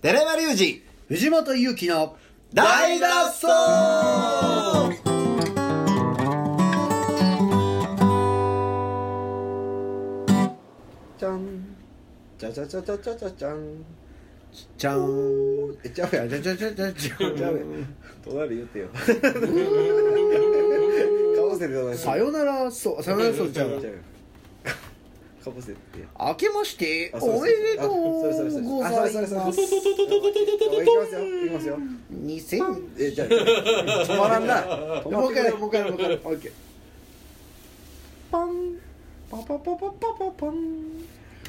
寺山隆二藤本勇樹の大脱走じゃんじゃじゃじゃじゃじゃじゃじゃんじゃんえちゃうやんじゃじゃじゃじゃじゃんちゃうやん隣言ってよかぶせてどないすさるよならそうさよならそうじゃんちゃうよかぶせてよ明けましてあそうおそうめでとうございあまそれそれそれすおい行きますよ行きますよ2000えじゃあ止まらんな止まもっうて一くれ回もう一回もう一回オッケーパンパパパパパパパン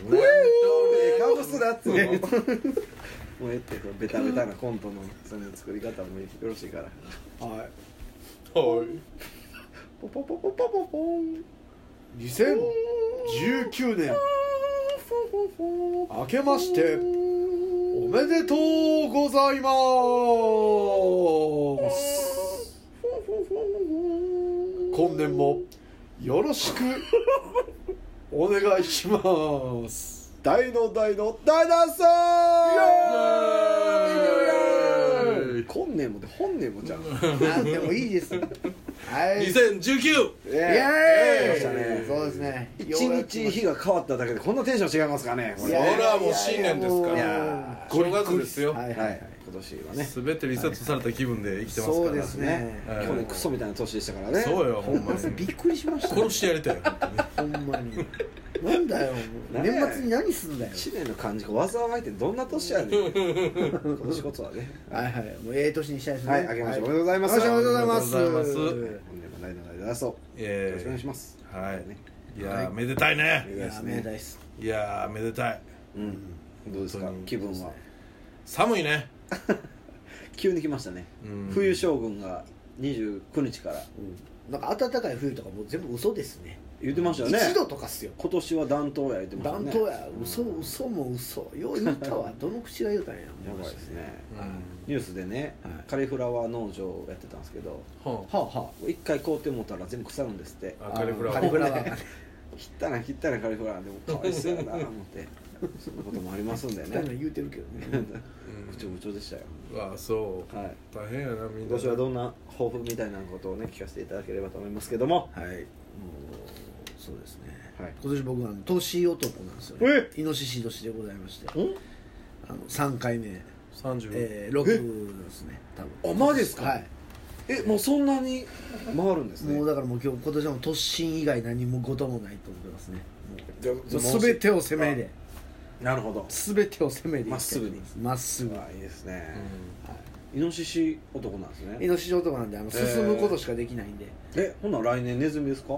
ウェーかぶすなっつうのもうええってそのベタベタなコントのその作り方もよろしいからはいはい。ポポポポポポポン2019年明けましておおめでとうございます今年もよろしくお願いします大の大の大ダンサイエーーイ今年もで本年もじゃんなんでもいいですはいイ2019。イまエしたーイねそうですね一日日が変わっただけでこんなテンション違いますかねこいれやはほらもう新年ですからいや正月ですよ。はいいははいい今年はねすべてリセットされた気分で生きてますから。そうですねはい去年クソみたいな年でしたからねそうよ、ほんまに。びっくりしましたね殺してやりたいよ。本当にほんまになんだよなんや年末に何すんだよ一年の感じが災いってどんな年やねん今年こそはねはいはいもうええ年にしたいですねはい、あけましておめでとうございます。あけましておめでとうございますおめでとうございます本年も大の大だそう。よろえしくお願いします。えはいね。いやー、めでたいね。お願いやしますめでたいね。ですいやー、めでたい。うん。どうですか本当に気分は。寒いね。急に来ましたねうん。冬将軍が29日からうんなんか暖かい冬とかもう全部嘘ですね言ってましたよね。一度とかっすよ今年は暖冬や言ってました暖ね。冬や嘘嘘も嘘よう言 ったわどの口が言うたんやや思いばましいでたすね。うんニュースでねはい、カリフラワー農場をやってたんですけど、ほはあは一回買うてもうたら全部腐るんですって。あ。あカリフラワあカリフラー。ワ ー切ったな切ったなカリフラワーでもかわいそうやな思って。そんなこともありますんでみたいな ね。言うてるけどねうちょうちょでしたよ。うんあ、そう。はい。大変やな、みん今な。年はどんな抱負みたいなことをね聞かせていただければと思いますけどもはいもうそうですねはい今年僕はあの年男なんですよねイノシシ年でございましてあの3回目30。えー、6ですね多分あマジですかはいえもうそんなに回るんですねもうだからもう今日今年はもう突進以外何もこともないと思いますねじゃあもうもう全てを攻めでなるほど全てを攻めでまっすぐにまっすぐあいいですうね、んイノシシ男なんですイねノシシ男なんであのえー進むことしかできないんで、えほな来年ネズミですか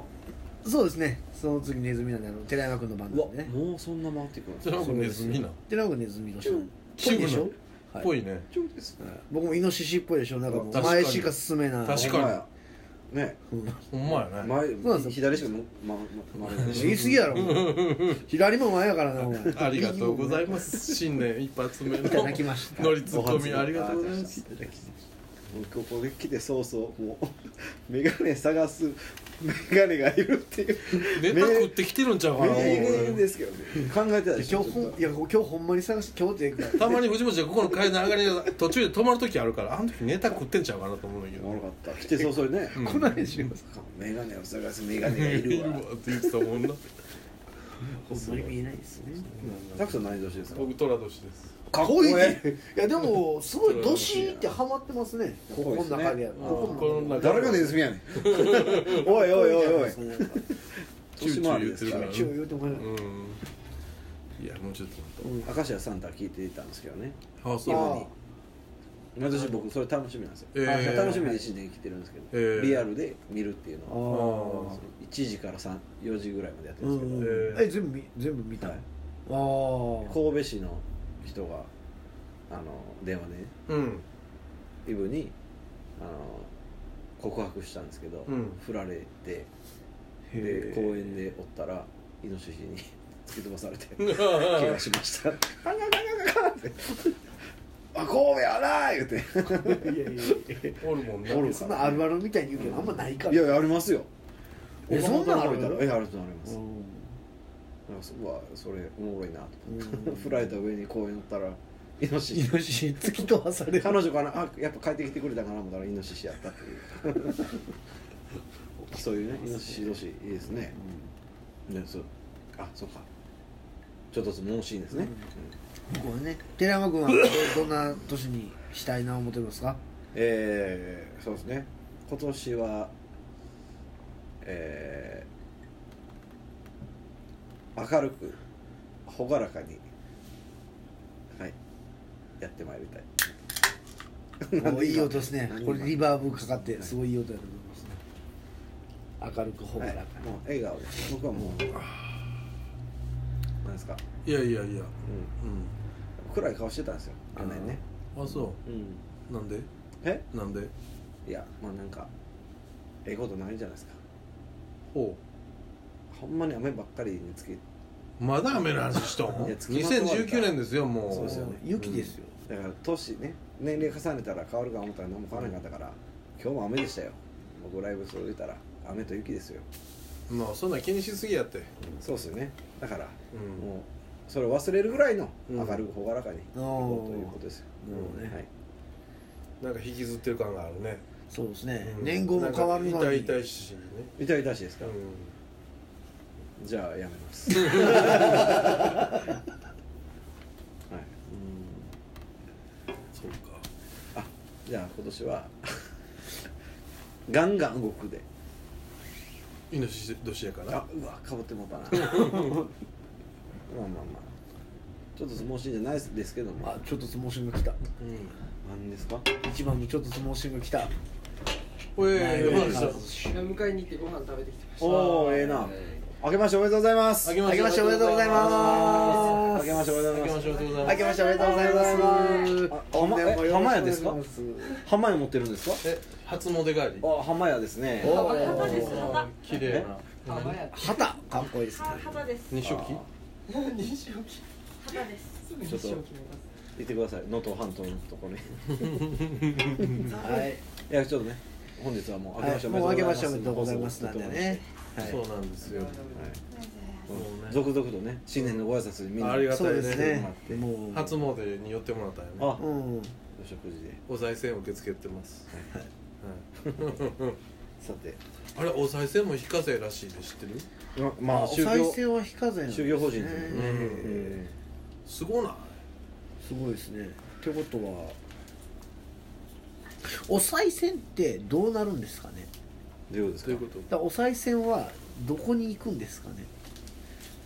そうですねその次ネズミなんであの寺山君の番うわなんでねもうそんな回ってくるんですそれはもうネズミな。寺山君ネズミの人っぽチいューでブなしょ、はぽいね。そうですね僕もイノシシっぽいでしょなんかもう確かに前しか進めない確かににねうんほんまや前ね。なんですよ左しかままま回れない言い過ぎやろお前左も前やからなお前ありがとうございます。新年一発目のいただきました乗りツッコミありがとうございます。もうここで来て早々もうメガネ探すメガネがいるっていうネタ食ってきてるんちゃうかめな。っちゃいるん俺ですけどね考えてたでし今ょ日ちほんょっいや今日ほんまに探して今日っていうかたまに藤本ちゃんここの階段上がりながら途中で止まる時あるからあの時ネタ食ってんちゃうかなと思うんだけとど。おもろかった来て早々にねうん来ないでしょメガネを探すメガネがいいるるわわって言ってたもんな。ほんまに見えないですねタクさん何年ですか僕トラ年です。かっこういえういやでもすごいどしーってハマってますねここここでのすね中でここのこの中中で誰がネズミや ねんおいおいおいおいチュー年チュ回ーり言でってするかからら。一応言うてもらえないうん。いやもうちょっうん明石家サンタ聞いていたんですけどねと。ああそ毎年僕それ楽しみなんですよ、えー楽しみで1年来てるんですけど、えーリアルで見るっていうのはう。ああ1時から3 4時ぐらいまでやってうるんですけど、んえうんーえ全部見全部見たはあいあは神戸市の人があの電話でねあ。うん。イブにあの告白したんですけど、うん振られてへーで公園でおったらイノシシに 突き飛ばされてうん怪我しましたカンカンカンカンカンって「 あ神戸やな!」言うていやいやいおるもんね。おるや そんなあるあるみたいに言うけどあんまないかいらやありますよえそんなんあるえあるとありまうすなんかんそ,、うわそれおもろいなと思って、うん 振られた上に公園おったらイノシイシノシシ突き飛ばされる彼女からあやっぱ帰ってきてくれたかなと思ったらイノシシやったっていう そういうねイノシシ同士いいですね、ねそうあそうかちょっとずつ物シーンですね、うんうん僕はね寺山君はどんな年にしたいな思ってますかえー、そうですね今年はえー、明るく朗らかにはいやってまいりたいなんおで今いい音です ねなんで今これリバーブかかってすごいいい音だと思いますね明るくほはがいらかに、もう笑顔です僕はもうなんですか、いやいやいやう、うん暗い顔してたんですよ去年ねんあそうんうなんでえなんでいやまあなんかええことないんじゃないですかほほんまに雨ばっかりにつきうまだ雨の話しとんいや付きまとわれた2019年ですよもうそうですよね雪ですよ、だから年ね年齢重ねたら変わるか思ったら何も変わらなかったから、今日も雨でしたよ僕ライブそう言ったら雨と雪ですよまあそんな気にしすぎやってそうっすよねだから、うんもうそれを忘れるぐらいのうん明るく朗らかにいこうということですよ、なるほどねはい、なんか引きずってる感があるねそうですね、うん年号も変わるのなんかに痛々しいね痛い痛いしいですか、うじゃあやめますはいうんんそうかじゃあ今年はガンガン動くでイノシシ年やからあうわかぶってもうたなまあまあまあちょっと相撲シーンじゃないですけどもあちょっと相撲心が来たうん何ですか一番にちょっと相撲心が来たおい前えよりえか迎えに行ってご飯食べてきてましたおーええな明けましておめでとうございます明けまあけましておめでとうございま明すけましておめでとうございまましょうございあけましておめでとうございますあ浜え浜屋ですかす浜屋持ってるんですかえ初詣帰りあ浜屋ですねお旗です旗綺麗な浜や旗かっこいいですねは旗です二色旗何しようき旗ですすぐにしようきもいます行ってください能登半島のとこねはいいやちょっとね本日はもう明けましておもうめ明でけとうございます、ましておめでとうございますなんでねはいそうなんですよもうね続々とね新年のご挨拶にみんなありがそうですねありがたいねもう初詣に寄ってもらったよねあうんお食事でお賽銭受け付けてますはいさてあれお賽銭も非課税らしいで知ってるまままああ宗宗教教再生は非課税なんです宗教法人ねというねええすごないえすごいですねってことはお賽銭ってどうなるんですかねーどういうことですとかいうことだからお賽銭はどこに行くんですかね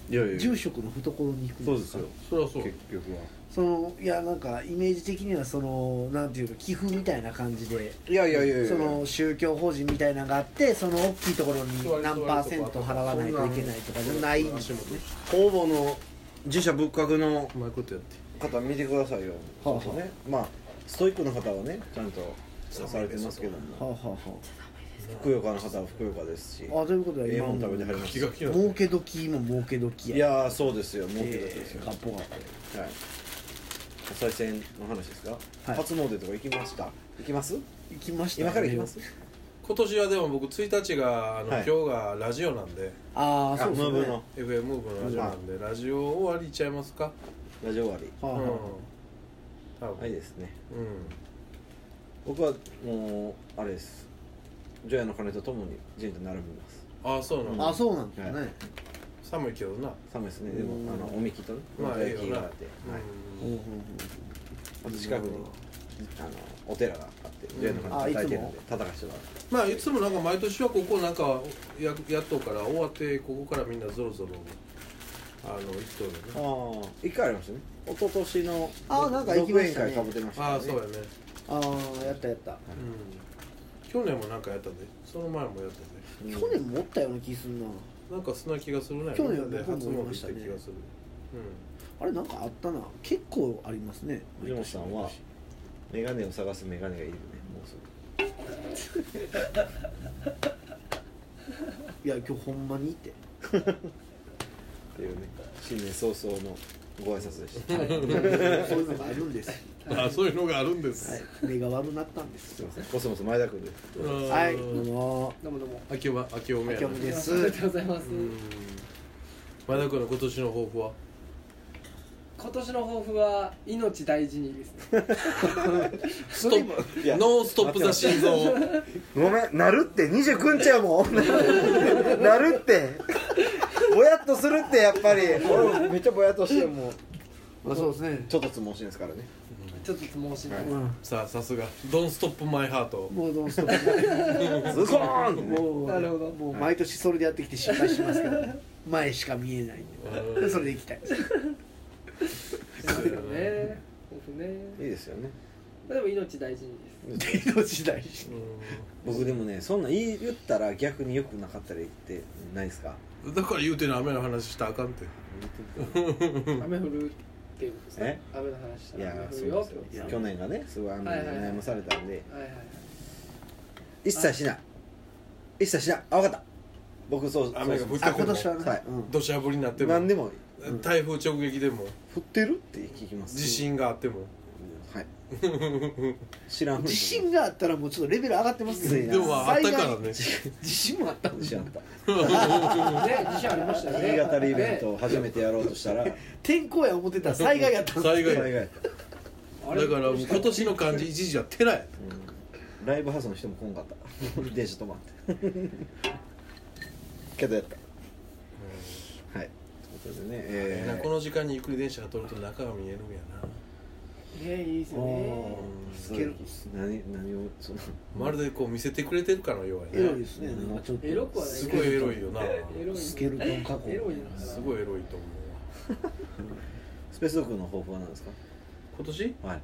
いやいやいや住職の懐に行くんそうでですすかよそりゃそう結局はそのいやなんかイメージ的にはそのなんていうか寄付みたいな感じでいやいやいやいやその宗教法人みたいなのがあってその大きいところに何パーセント払わないといけないとかじゃないんです足ね元公募の自社仏閣のうまいことやって方見てくださいよはあはあちょっとねまあストイックの方はねちゃんとされてますけどはあもはふくよかな方はふくよかですしあはああということはええ今ももん食べてはうりま気が気すが儲け時も儲け時やいやーそうですよ儲けたですえよー、かっぽがはいお賽銭の話ですか、はい初詣とか行きました行きます行きましたね今から行きます今年はでも僕1日があのは今い日がラジオなんでああそうですねムーブの FM ムーブのラジオなんでラジオ終わりいっちゃいますかラジオ終わりはあうんは多分はいですねうん僕はもうあれです除夜の鐘とともに神社並びますああそうなあのあそうなんですね、はい寒いけどな寒いですねでもうんあのおみきとねまあおええ焼よきながあって、はいうんうんうんあと近くにあのお寺があって除夜の鐘叩いてるんで叩かしてもらってまあいつもなんか毎年はここなんかややっとうから終わってここからみんなぞろぞろあの行っとるよあねあ一回ありましたね一昨年のあーなんか行きましたね独演会かぶってましたねああそうやねああやったやった、うん去年もなんかやったでその前もやったでうん去年もおったような気するななんかそんな気がするね去年はで僕も初詣思い行まっしたた気ねがするあれなんかあったな結構ありますね藤本さんは眼鏡を探す眼鏡がいるねもうすいや今日ほんまにっ てぐっていうね新年早々のご挨拶でした、そういうのがあるんですうんあそういうのがあるんですはい目が悪なったんですすいませんコスモス前田君ですうんはいどうもどうもどうも秋葉秋葉めや秋葉めねですありがとうございますうん前田君の今年の抱負は今年の抱負は命大事にですねストップノーストップザ心臓ごめんなるって29日やもんなるってぼやっとするってやっぱり俺もめっちゃぼやっとしてるもんまあそうですねちょっとつもしいですから ねちょっと申し訳ない、うんさあさすがドンストップマイハートもうどうするかズコーンってねもうなるほどもう毎年それでやってきて失敗しますけど前しか見えないんでそれでいきたいそうですよね抱負ねいいですよねでも命大事にです命大事僕でもねそんなん言い言ったら逆によくなかったりってないですかうんだから言うてんの雨の話したらあかんって雨降るっていうことですね雨の話したいやら雨そ降うるよでってことですすよね去年がねすごい雨にはいはいはい悩まされたんではいはいはい一切しない一切しないあ分かった僕そう雨が降ってあく今る年はね、はいうん土砂降りになってそう何もでも台風直撃でも降ってるって聞きます地震があってもはい知らんふり地震があったらもうちょっとレベル上がってますいねやでもまああったから災ね害地震もあったもん知らんかっね自信ありましたた新よね潟リベントを初めてやろうとしたら天候や思ってたら災害やったんです災海外害やったあだれからもう今年の漢字一時は寺やうんライブハウスの人も来んかった電車止まってけどやったはいということでねなえこの時間にゆっくり電車が通ると中が見えるんやなねいいですーよねおーそう何何をそのまるでこう見せてくれてるかのようエやロいねですねもうちょっとエロくはないすごいエロいよなエロいスケルトン加工エロいなすごいエロいと思うスペースドッグの抱負は何ですか今年はい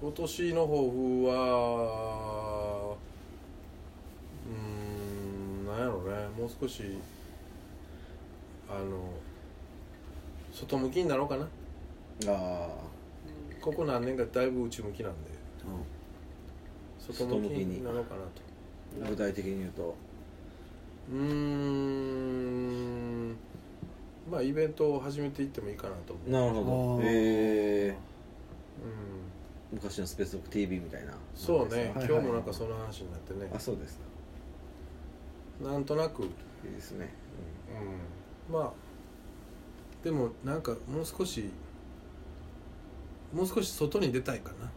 今年の抱負はうーんなんやろねもう少しあの外向きになろうかなあここ何年かだいぶ内向きなんであ、外向きになろうかなとうん、具体的に言うとうーんまあイベントを始めていってもいいかなと思う、なるほどあーえうん、ー、昔のスペースドッグ TV みたいなそうね、なんですかいはい今日もなんかその話になってねあそうですかなんとなく、うん、いいですね、まあでもなんかもう少しもう少し外に出たいかな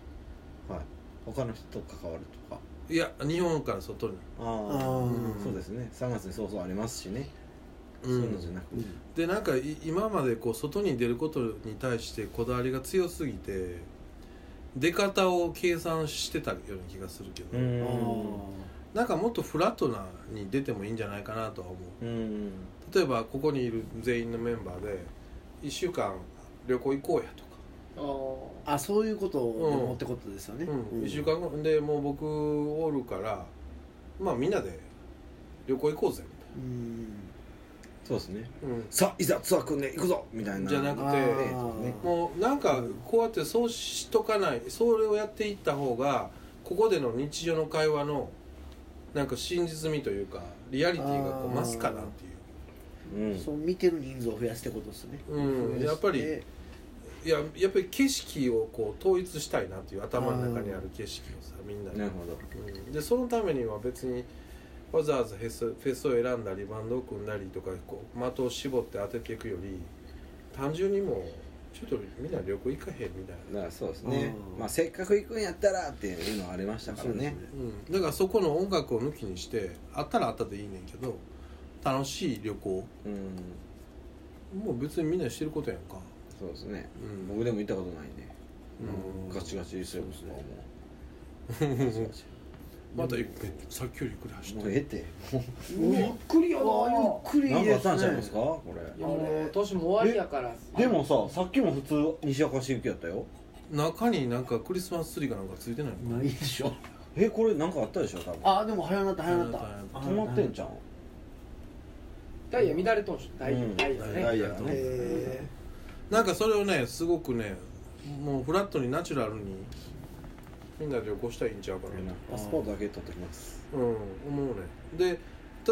うん、はい他の人と関わるとかいや日本から外に、ああーーうんそうですね3月にそうそうありますしね、うそういうのじゃん、なくでなんかい今までこう外に出ることに対してこだわりが強すぎて出方を計算してたような気がするけど、あなんかもっとフラットなに出てもいいんじゃないかなとは思ううん例えばここにいる全員のメンバーで1週間旅行行こうやとか、あーあそういうことをでもってことですよね、うんうん1週間後でもう僕おるからまあみんなで旅行行こうぜみうんそうですねたいな、さあいざツアー組んで行くぞみたいなじゃなくあてーねもうなんかこうやってそうしとかないそれをやっていった方がここでの日常の会話のなんか真実味というかリアリティがこう増すかなっていう。うんそう見てる人数を増やすってことですね、うん、やっぱりでいややっぱり景色をこう統一したいなっていう頭の中にある景色をさみんなでなるほどうんでそのためには別にわざわざフェスフェスを選んだりバンドを組んだりとかこう的を絞って当てていくより単純にもうちょっとみんな旅行行かへんみたいな、だからそうですねうんまあせっかく行くんやったらっていうのはありましたからそうですねねうん、だからそこの音楽を抜きにしてあったらあったでいいねんけど楽しい旅行うんもう別にみんなしてることやんか、そうですねうん僕でも行ったことないんでうんガチガチですよ僕はもうガチまたゆっくりさっきよりゆっくり走ガチもっうてええってゆっくりやなわあゆっくり何かあでったすんちゃいまねすかこいれやもう年も終わりやからでもささっきも普通西明石行きやったよ中になんかクリスマスツリーかなんかついてないのないでしょえこれなんかあったでしょ多分あでも早なった早なった早なった止まってんじゃんダイヤ乱れとんしょダイヤうんダイヤダイねヤがねえなんかそれをねすごくねもうフラットにナチュラルにみんなで旅行したらいいんちゃうかなとパスポートだけ取ってきますうん思うねで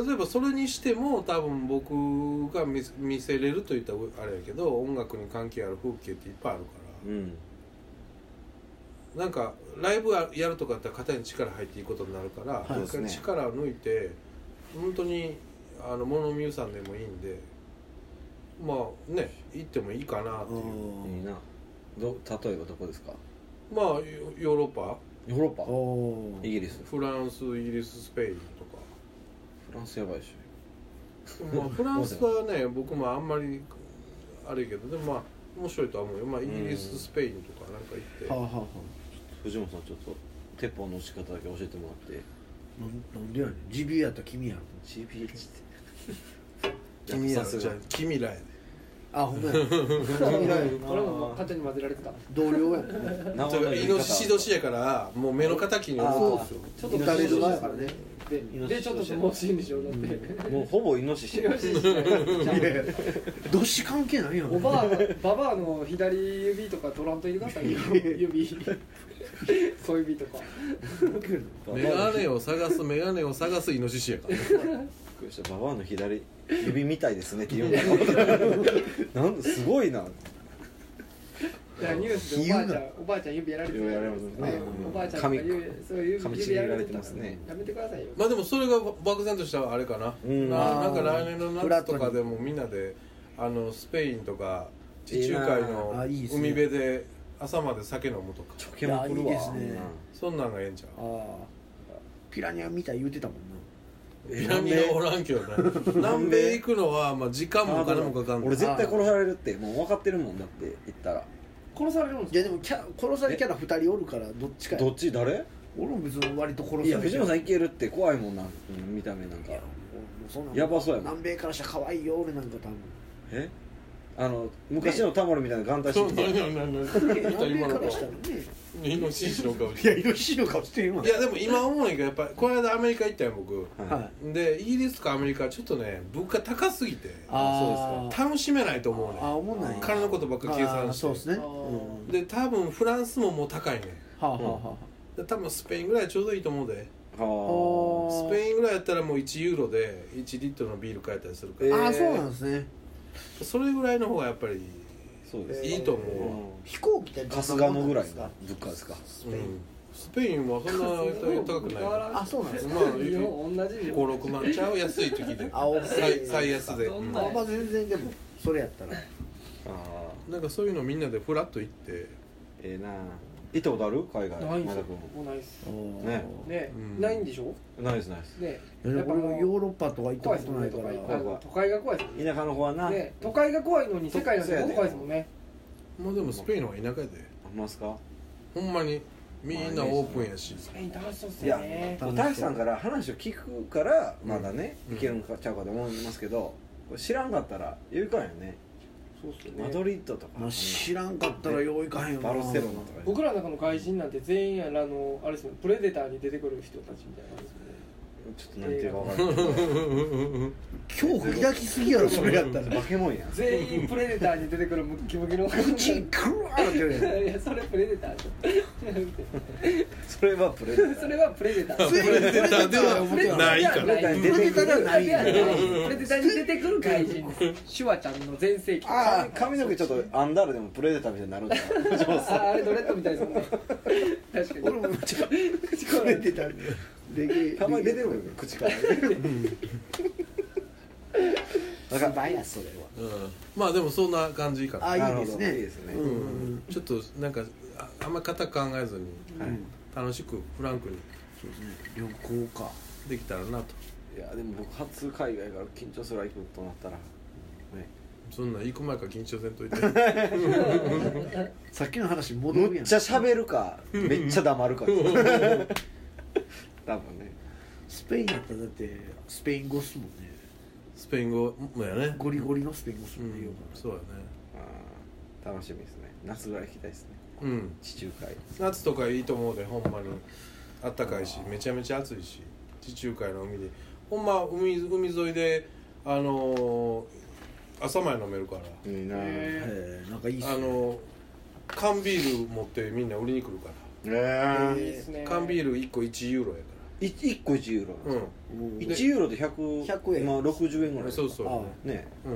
例えばそれにしても多分僕が見せ見せれるといったらあれやけど音楽に関係ある風景っていっぱいあるかうんらなんかライブややるとかだったら肩に力入っていいことになるから、い一回力を抜いて本当にあの物見湯さんでもいいんでまあね行ってもいいかなっていう、いいなど例えばどこですかまあヨヨーロッパヨーロッパおイギリスフランスイギリススペインとかフランスやばいでしまあ、フランスはね僕もあんまりあれやけどでもまあ面白いとは思うよ、まあ、イギリス、うんスペインとかなんか行って、はあはあはょ藤本さんちょっと鉄砲の打ち方だけ教えてもらってあなんなんでやねんジビエやったら君やろ GPH って君らさすじゃがあ君らやであほんまや俺も勝手に混ぜられてた同僚やもんね名そ前のれ言イい方ノシシ年やからもう目の敵にあー思うんですよちょっと打たれる側やからねででちょっともう死んでしょうなってもうほぼイノシシよししないどっし関係ないやんおばあババアの左指とか取らんといてくださいよ指小指とかメガネを探すメガネを探すイノシシや から、ね、びっくりしたババアの左指みたいですねって言うんだと思ったなんだすごいないやニュースでおばあちゃんおばあちゃん指やられてやられますねおばあちゃんとか指そういう噛みち指ぎやらられれててまますすねねやめてくださいよまあでもそれが漠然としたらあれかな、うんなあなんーか来年のフラッ夏トとにかでもみんなであのスペインとか地中い海いなあのあいいですね海辺で朝まで酒飲むとかちょけまくるわいやいいですねそんなんがええんちゃうああピラニアみたい言うてたもんな南米おらんけどね南米行くのはまあ時間もお金もかかん俺絶対殺されるってもう分かってるもんだって言ったら殺されるんいやでもキャ殺されキャラ2人おるからどっちかやどっち誰俺も別に割と殺されいや藤本さんんいけるって怖いもんなうん見た目なんかやばそうやもん南米からしたら可愛いよ俺なんか多分えあの昔のタモリみたいな眼帯そうして何て何何南米今のから顔したらねイノシシの顔いやイノシシの顔してるもん いやでも今思うねんけどやっぱりこの間アメリカ行ったよ僕ははいでイギリスかアメリカはちょっとね物価高すぎてあー楽しめないと思うねあん思んない金のことばっかり計算あそうでしてすねあーうんで多分フランスももう高いねんはあはあはで多分スペインぐらいちょうどいいと思うであはあスペインぐらいやったらもう1ユーロで1リットルのビール買えたりするかえらーああそうなんですねそれぐらいの方がやっぱりそうですいいと思あうわ飛行機って春日のぐらいの物価ですかスペインスペインはそんな高くない変わらんあそうなんですねまあ日本同じ日本56万ちゃう安い時であお最最安で、そんなあまあ全然でもそれやったらああなんかそういうのみんなでフラッと行って、ええな行ったことある海外ないん前田すよ君もうないっすねねうんないんでしょないですないですね俺やっぱもうヨーロッパとか行ったこ怖いっすともんなねいか都ら怖会い怖い都会が怖いっす田舎の方はな、ね都会が怖いのに世界の人も怖いですもんねまあでもスペインの方が田舎やであんますかほんまにみんなオープンやし、スペイン楽しそうっすいやよね楽しそう大志さんから話を聞くからうんまだね、うんいけるんかちゃうかと思いますけどこれ知らんかったら言うかんよねそうっすよマねドリッドとか、まあ知らんかったらよういかへんよなバルセロナとか僕らの中の外人なんて全員あのあれですねプレデターに出てくる人たちみたいなんですちよねょっとなんていうか分からん恐怖抱きすぎやろそれやったらけど化け物やん全員プレデターに出てくるムッキムキ の口くるわーって言うやんいやそれプレデターで それはプレゼンそれはプレデタープレデターでは思ってはないからプレデターに出てプレデターではないくるプレデターに出てくる外人ですシュワちゃんの全盛期ああ髪の毛ちょっとアンダールでもプレゼターみたいになるんだああれドレッドみたいですもんね確かに俺もめっちゃくれてたんででけたまに出てるもんね口 からだからばやそれはうん、まあでもそんな感じかなあいいですねなるほどいいですねうんうんちょっとなんかああんま型考えずにはい楽しくフランクにそうですね旅行かできたらなといやでも僕初海外から緊張するわ行くとなったらねそんなん行く前から緊張せんといてさっきの話戻るむやっんちゃ喋るかめっちゃ黙るか多分ねスペインやったらだってスペイン語っすもんねスペイン語もやねゴリゴリのスペイン語っすうもんね、んそうやねあー楽しみですね夏ぐらい行きたいですねうん地中海夏とかいいと思うでほんまにあったかいしめちゃめちゃ暑いし地中海の海でほんま海海沿いであのー、朝まで飲めるからいいなえへへえなんかいいっすねあのー、缶ビール持ってみんな売りに来るかーいいえですねら缶ビーール1個1ユーロやか1個1ユーロらなんうんですか1ユーロで100 100円まあ60円ぐうらんいそうそうあねうん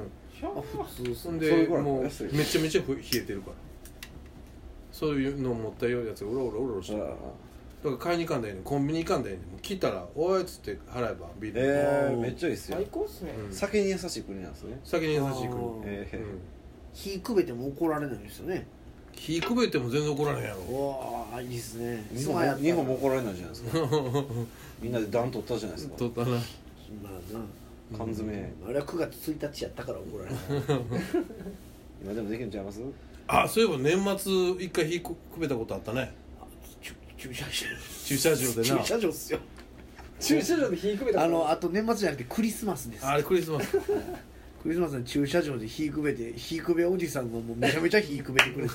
あ普通っすほんそれでぐらいもう安いめちゃめちゃ冷えてるからそういうの持ったようなやつがうろうろうろうろしあてるからから買いに行かんでええねんコンビニ行かんでええねんもう来たら「おい」っつって払えばビール、えー、めっちゃいいっすよ最高っすねうん酒に優しい国なんですね先に優しい国、あーえうえん、火くべても怒られないですよね火くべても全然怒られへんやろおーいいですね日本も日本もも怒られないじゃないですかみんなで暖取ったじゃないですかとったなまあ缶詰なあれは9月1日やったから怒られない今でもできるんちゃいますあそういえば年末一回火くべたことあったね駐駐車場駐車場で駐な車場っすよ駐車場で火くべたあのあと年末じゃなくてクリスマスですあれクリスマ スクリスマスの駐車場で火くべて火くべおじさんがもうめちゃめちゃ火くべてくれて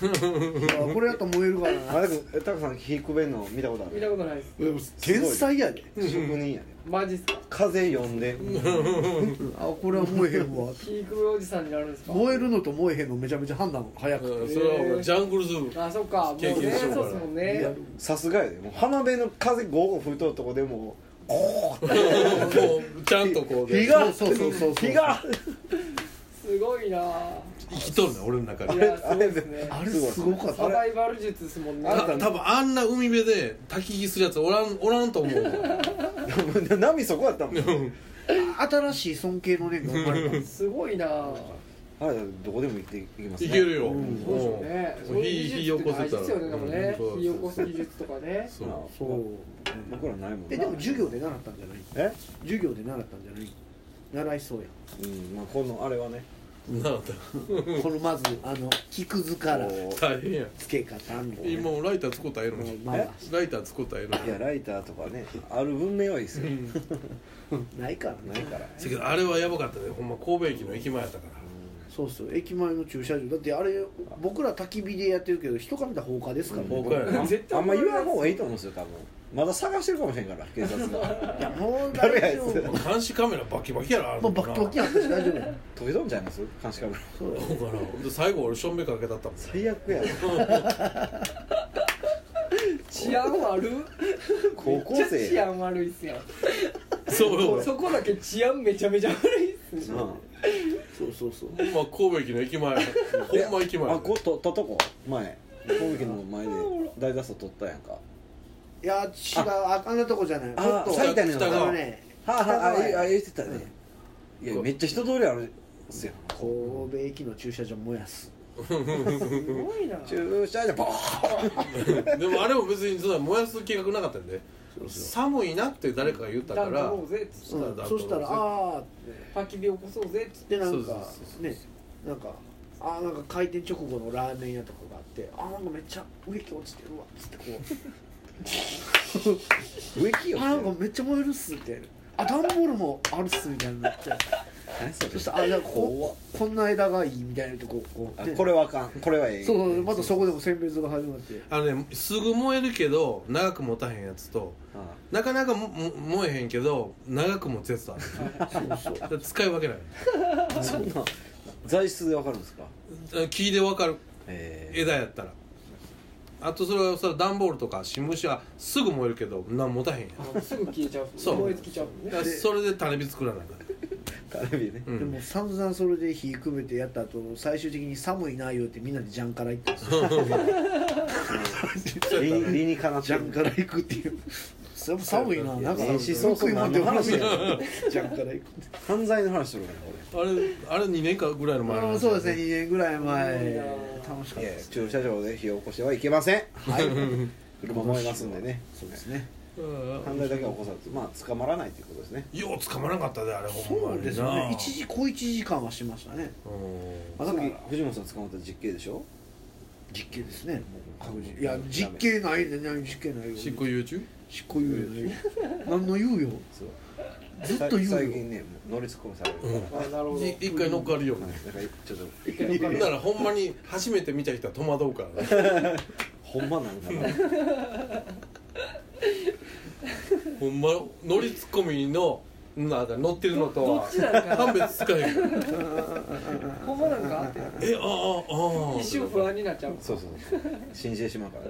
あこれやと燃えるからなあれえタカさん火くべんの見たことあ見たることないです天才やで職人やねマジっすか風呼んであこれは燃えへんわ火くべおじさんになるんですか燃えるのと燃えへんのめちゃめちゃ判断早くうんそれはほらジャングルズーあそっかもうね経験しようかそうらっすもんねさすがやでもう浜辺の風ゴーゴー吹いとるとこでもこうちゃんとこう火でがそうそうそうそう火がすごいなぁ生きとるね俺の中いでやすごいですねあれすごかっサたバイバル術ですもんねた多分あんな海辺で焚き火するやつおらんおらんと思うわ波そこやったもん新しい尊敬の念が生まれたんですすごいなぁあれどこでも行っていきますねいけるよ、うんそうでしょうねうんそういう技術って大事ですよねでもねうんそう火起こす技術とかねそうまあそう僕らないもんえでも授業で習ったんじゃないえ授業で習ったんじゃない習いそうやうんまあこのあれはねなあこのまずあの木くずからこ大変やつけ方みたいな今もうライター使ったらええのもうにまあまライター使ったらええのういやにライターとかねある文明はいいっすよあないからないねからせやけどあれはやばかったねほんま神戸駅の駅前やったからそうそう駅前の駐車場だってあれ僕ら焚き火でやってるけど人から見たら放火ですからね放火やな絶あ対んま言わん方がいいと思うんですよ多分まだ探してるかもしれんから警察がいやもう誰や大丈夫あい監視カメラバキバキやろあれもうバッキバキやん私大丈夫や飛び飛んじゃいます監視カメラそうそうかなで最後俺正面かけたったもん最悪やろ治安悪い高校めっちゃ治生安悪いっすよそうよそこだけ治安めちゃめちゃ悪いっすねなあそうそうそうほんま神戸駅の駅前ほんま駅前あこうとととこ前神戸の前で大脱走取ったやんかいや違うああんなとこじゃないもっあと埼玉のあ北側のねはあ、はあ、あ北側やあ言ってたね、いやめっちゃ人通りあるんすよ神戸駅の駐車場燃やすすごいな駐車場ボーンでもあれも別にそんな燃やす計画なかったんでそうそう寒いなって誰かが言ったか暖取らろうぜっつってそうだそしたらだからああ焚き火起こそうぜっつってでなそんうそうかそうそうねなんかあーなんか開店直後のラーメン屋とかがあってあーなんかめっちゃ植木落ちてるわっつってこう植木あよーなんかめっちゃ燃えるっすみたいなあ段ボールもあるっすみたいになって何それそしたらあじゃあここんな枝がいいみたいなとここうあねこれはあかんこれはええそうそうまたそこでも選別が始まってあのねすぐ燃えるけど長く持たへんやつとあなかなかもも燃えへんけど長く持つやつとあるそうだから使い分けないあそんな材質でわかるんですかあ木で分かるええ枝やったらあとそれはそれは段ボールとか新聞紙はすぐ燃えるけどなんもたへんやんだかあすぐ消えちゃうそう燃え尽きちゃうもんねらそれで種火作らないからテレビねうでんも散々それで火くべてやった後最終的に寒いなよってみんなでジャンから行ったんですよ理に理にかなってジャンから行くっていうそれも寒いななんかええしそうそ食ういもんでも何の話やジャンから行くって犯罪の話しとるからあれあれ2年間ぐらいの前のあ話あそうですね2年ぐらいいい前な楽しかった俺いやです駐車場で火を起こしてはいけませんはい車燃えますんでねそうですねうん犯罪だけは起こさずまあ捕まらないということですねよう捕まらんかったであれほんそまにうなですよね一時小一時間はしましたねうあささっっきき藤本さん捕まった実刑でしょ実刑ですね確い実や実刑ないで何実刑ないよん執行猶予中執行猶予ないよ何の 猶予そうずっと言うよ最近ねもう乗り突っ込みされるから、うんはあなるほどい一回乗っかるよい、なんかちょっと一回乗っかほんるならほんまに初めて見た人は戸惑うからねほんまなんかな ほんま乗りツッコミのなんだ乗ってるのとどはっちなんか判別つかへん からほんまなんかってえああああ一瞬不安になっちゃうそうそうそう信じてしまうから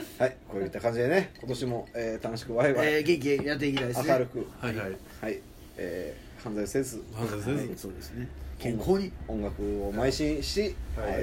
ねはいこういった感じでね今年も、えー楽しくワイワイ、えー元気やっていきたいですね明るくはいはいはい、えー犯罪せず判別せずそうですね健康に音楽を邁進し、はいはい